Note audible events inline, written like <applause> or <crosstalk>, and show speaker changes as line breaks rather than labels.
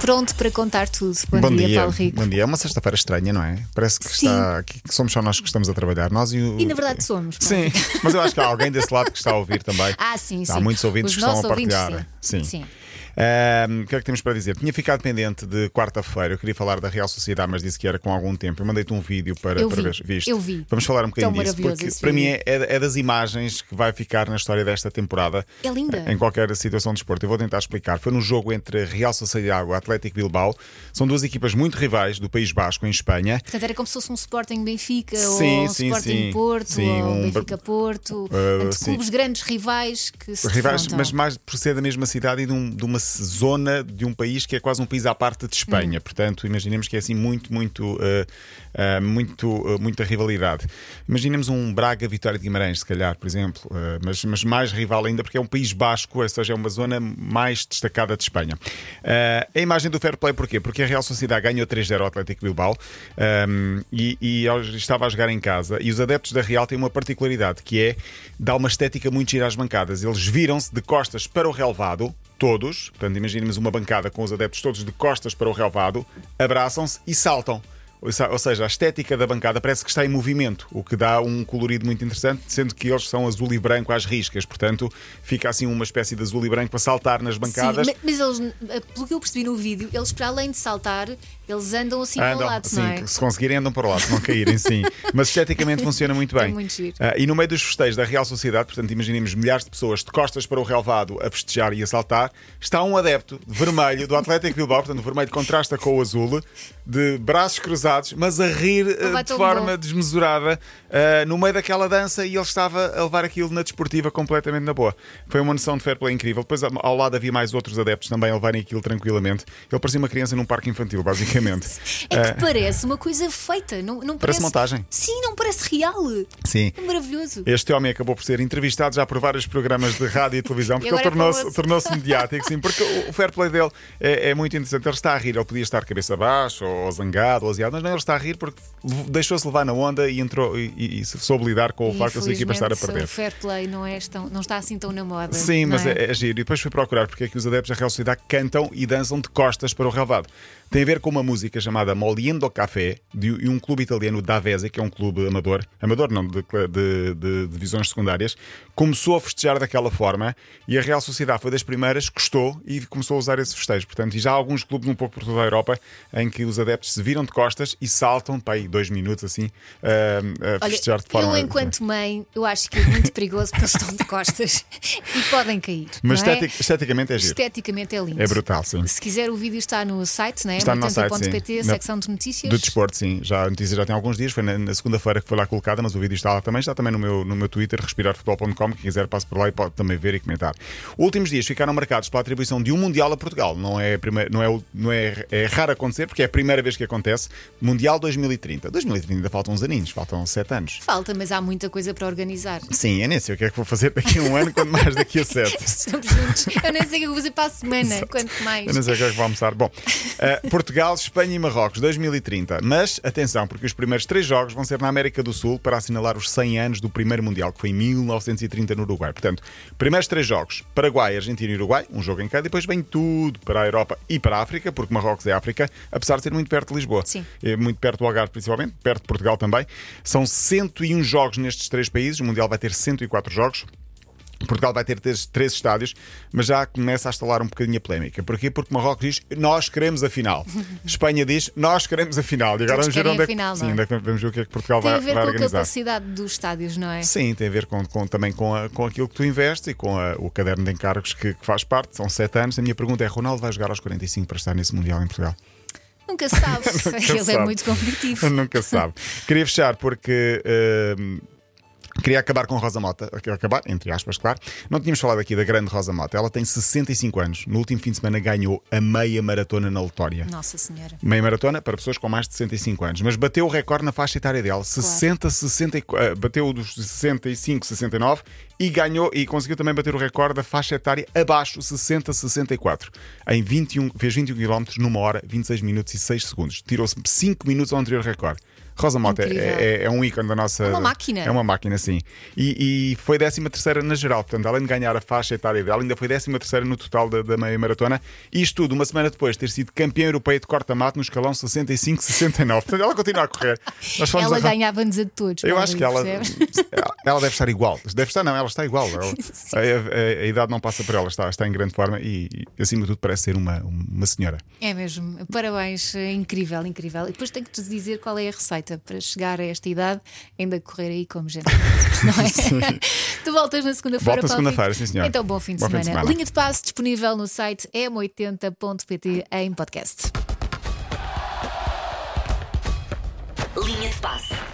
pronto para contar tudo. Bom,
Bom dia,
Paulo Rico.
Bom dia. É uma sexta-feira estranha, não é? Parece que,
Sim.
está, que que somos só nós que estamos a trabalhar. Nós e, o-
E na verdade somos, não é?
Sim, <laughs> mas eu acho que há alguém desse lado que está a ouvir também.
Ah, sim, sim.
Há muitos ouvintes
Os
que estão a
nossos ouvintes,
partilhar.
sim. Sim.
Ahm, o que é que temos para dizer? Tinha ficado pendente de quarta-feira. Eu queria falar da Real Sociedade, mas disse que era com algum tempo. Eu mandei-te um vídeo para,
Eu
para
vi,
veres. Viste?
eu vi.
Vamos falar um bocadinho
Tão
disso.
maravilhoso
Porque
esse
para mim
vídeo.
é, é- é das imagens que vai ficar na história desta temporada.
É linda.
Em qualquer situação de esporte. Eu vou tentar explicar. Foi num jogo entre Real Sociedade e Atlético Bilbao. São duas equipas muito rivais do País Basco, em Espanha.
<laughs> Portanto, era como se fosse um Sporting Benfica,
Sim,
ou um
sim,
Sporting
sim.
Porto,
Sim,
ou
um Uh,
um Benfica Porto. Portanto,
sim.
clubes grandes rivais que se
Rivais,
defrontam.
mas mais por ser da mesma cidade e de, um- de uma se- zona de um país que é quase um país à parte de Espanha. Portanto, imaginemos que é assim muito, muito, eh, eh, muito, eh, muita rivalidade. Imaginemos um Braga Vitória de Guimarães, se calhar, por exemplo, eh, mas, mas mais rival ainda porque é um país basco, ou seja, é uma zona mais destacada de Espanha. Eh, a imagem do fair play, porquê? Porque a Real Sociedade ganhou 3-0 ao Atlético Bilbao ehm, e, e ao- estava a jogar em casa. E os adeptos da Real têm uma particularidade que é dar uma estética muito gira às bancadas. Eles viram-se de costas para o relvado, todos. Portanto, imaginemos uma bancada com os adeptos todos de costas para o relvado, abraçam-se e saltam. Ou se- ou seja, a estética da bancada parece que está em movimento, o que dá um colorido muito interessante, sendo que eles são azul e branco às riscas, portanto fica assim uma espécie de azul e branco a saltar nas
Sim,
bancadas.
ma- mas eles, eh, pelo que eu percebi no vídeo, eles para além de saltar, eles andam assim para o
Andam,
lado,
sim,
não é?
se conseguirem andam para lá, se não
<laughs>
caírem, sim. Mas esteticamente funciona muito bem.
É muito giro.
Ah, e no meio dos festejos da Real Sociedade, portanto, imaginemos milhares de pessoas de costas para o relvado a festejar e a saltar, está um adepto de vermelho do Atlético Bilbao, portanto, o vermelho contrasta com o azul, de braços cruzados, mas a rir ah,
vai
de
tão
forma
bom.
desmesurada ah, no meio daquela dança e ele estava a levar aquilo na desportiva completamente na boa. Foi uma noção de fair play incrível. Depois, ao- ao lado, havia mais outros adeptos também a levarem aquilo tranquilamente. Ele parecia uma criança num parque infantil,
<laughs>
basicamente.
É que parece uma coisa feita, não, não
Parece
parece.
montagem.
Sim, não parece real.
Sim.
É maravilhoso.
Este homem acabou por ser entrevistado já por vários programas de rádio
<laughs>
e televisão, porque ele
agora é
tornou-se
famoso.
tornou-se mediático, sim, porque o- o fair play dele é, é muito interessante. Ele está a rir, ele podia estar cabeça abaixo, ou zangado, ou aziado, mas não, ele está a rir porque lev- deixou-se levar na onda e entrou e, e- e soube lidar com o facto da sua equipa estar a
Infelizmente,
perder.
O fair play não, é tão, não está assim tão na moda.
Sim,
não
mas é, é giro. E depois fui procurar porque é que os adeptos da Real Sociedade cantam e dançam de costas para o relvado. Tem a ver com uma música chamada Moliendo Café, de de um clube italiano, o Davese, que é um clube amador, amador não, de, de- de divisões secundárias, começou a festejar daquela forma e a Real Sociedade foi das primeiras, gostou e começou a usar esse festejo. Portanto, e já há alguns clubes um pouco por toda a Europa em que os adeptos se viram de costas e saltam, pá, aí dois minutos assim, a, a
Olha,
festejar de forma.
eu, enquanto mãe, eu acho que é muito perigoso porque eles estão de costas <laughs> e podem cair.
Mas
não é?
estetic- esteticamente é giro.
esteticamente é lindo.
É brutal, sim.
Se quiser, o vídeo está no site, né?
Está no nosso site,
matanta.pt,
sim. Na-
secção de notícias.
Do desporto, sim. Já a notícia já tem alguns dias, foi na, na segunda-feira que foi lá colocada, mas o vídeo está lá também. Está também no meu, no meu Twitter, respirarfutebol.com. Quem quiser, passe por lá e pode também ver e comentar. Últimos dias ficaram marcados pela atribuição de um Mundial a Portugal. Não é, a prime- não é, o- não é, é raro acontecer, porque é a primeira vez que acontece. Mundial 2030. 2030 ainda faltam uns aninhos, faltam sete anos.
Falta, mas há muita coisa para organizar.
Sim, eu nem sei o que é que vou fazer daqui a um ano, quanto mais daqui a sete.
<laughs> Estamos juntos. Eu nem sei o que eu vou fazer para a semana, quanto mais.
Eu não sei o que é que vou almoçar. Bom, eh, Portugal, Espanha e Marrocos, 2030. Mas atenção, porque os primeiros três jogos vão ser na América do Sul para assinalar os 100 anos do primeiro Mundial, que foi em 1930 no Uruguai. Portanto, primeiros três jogos: Paraguai, Argentina e Uruguai, um jogo em cada, e depois vem tudo para a Europa e para a África, porque Marrocos é África, apesar de ser muito perto de Lisboa.
Sim.
É muito perto do Algarve, principalmente, perto de Portugal também. São 101 jogos nestes três países, o Mundial vai ter 104 jogos. Portugal vai ter três, três estádios, mas já começa a estalar um bocadinho a polémica. Porquê? Porque Marrocos diz nós queremos
<laughs>
a final. Espanha diz nós queremos a final. E agora
Todos
vamos ver
querem
onde
a
é que,
final,
sim,
não é?
onde é que vamos ver o que é que Portugal
Tem
vai,
a ver
vai
com a
organizar.
capacidade dos estádios, não é?
Sim, tem a ver com, com- também com, a- com aquilo que tu investes e com a- o caderno de encargos que, que faz parte. São sete anos. A minha pergunta é: Ronaldo vai jogar aos 45 para estar nesse Mundial em Portugal?
Nunca se sabe.
<laughs> Nunca
Ele
sabe.
é muito competitivo.
<laughs> Nunca se sabe. Queria fechar porque. hum, Queria acabar com Rosa Mota, acabar, entre aspas, claro. Não tínhamos falado aqui da grande Rosa Mota. Ela tem 65 anos. No último fim de semana ganhou a meia maratona na Letória.
Nossa Senhora.
Meia maratona para pessoas com mais de 65 anos, mas bateu o recorde na faixa etária dela, 60, 60, e- eh, bateu o dos 65, 69 e ganhou e conseguiu também bater o recorde da faixa etária abaixo 60, 64. Em 21, fez 21 km numa hora, 26 minutos e 6 segundos. Tirou-se 5 minutos ao anterior recorde. Rosa Mota
Incrível.
é, é- é um ícone da nossa.
É uma máquina.
É uma máquina, sim. E, e foi 13 terceira na geral, portanto, além de ganhar a faixa etária dela, ainda foi 13 terceira no total da, da meia maratona. Isto tudo, uma semana depois de ter sido campeã europeia de corta-mato no escalão 65-69. Portanto, ela continua a correr. Nós fomos
Ela
a-
ganhava-nos a todos.
eu
Paulo,
acho que ela,
percebe?
ela- <laughs> ela deve estar igual. Deve estar, não, ela
<laughs>
está igual. Ela- a, a- a idade não passa por ela, está, está em grande forma e, e, acima de tudo, parece ser uma, uma senhora.
É mesmo. Parabéns. É Incrível, incrível. E depois tenho que te dizer qual é a receita para chegar a esta idade, ainda correr aí como
<laughs>
gente. Não é? tu voltas na segunda-feira.
Volto na
Paulo Rico.
segunda-feira, sim, senhora.
Então, bom fim de,
Bom fim
semana.
de semana.
Linha de passo disponível no site m80.pt em podcast.
Linha de passe.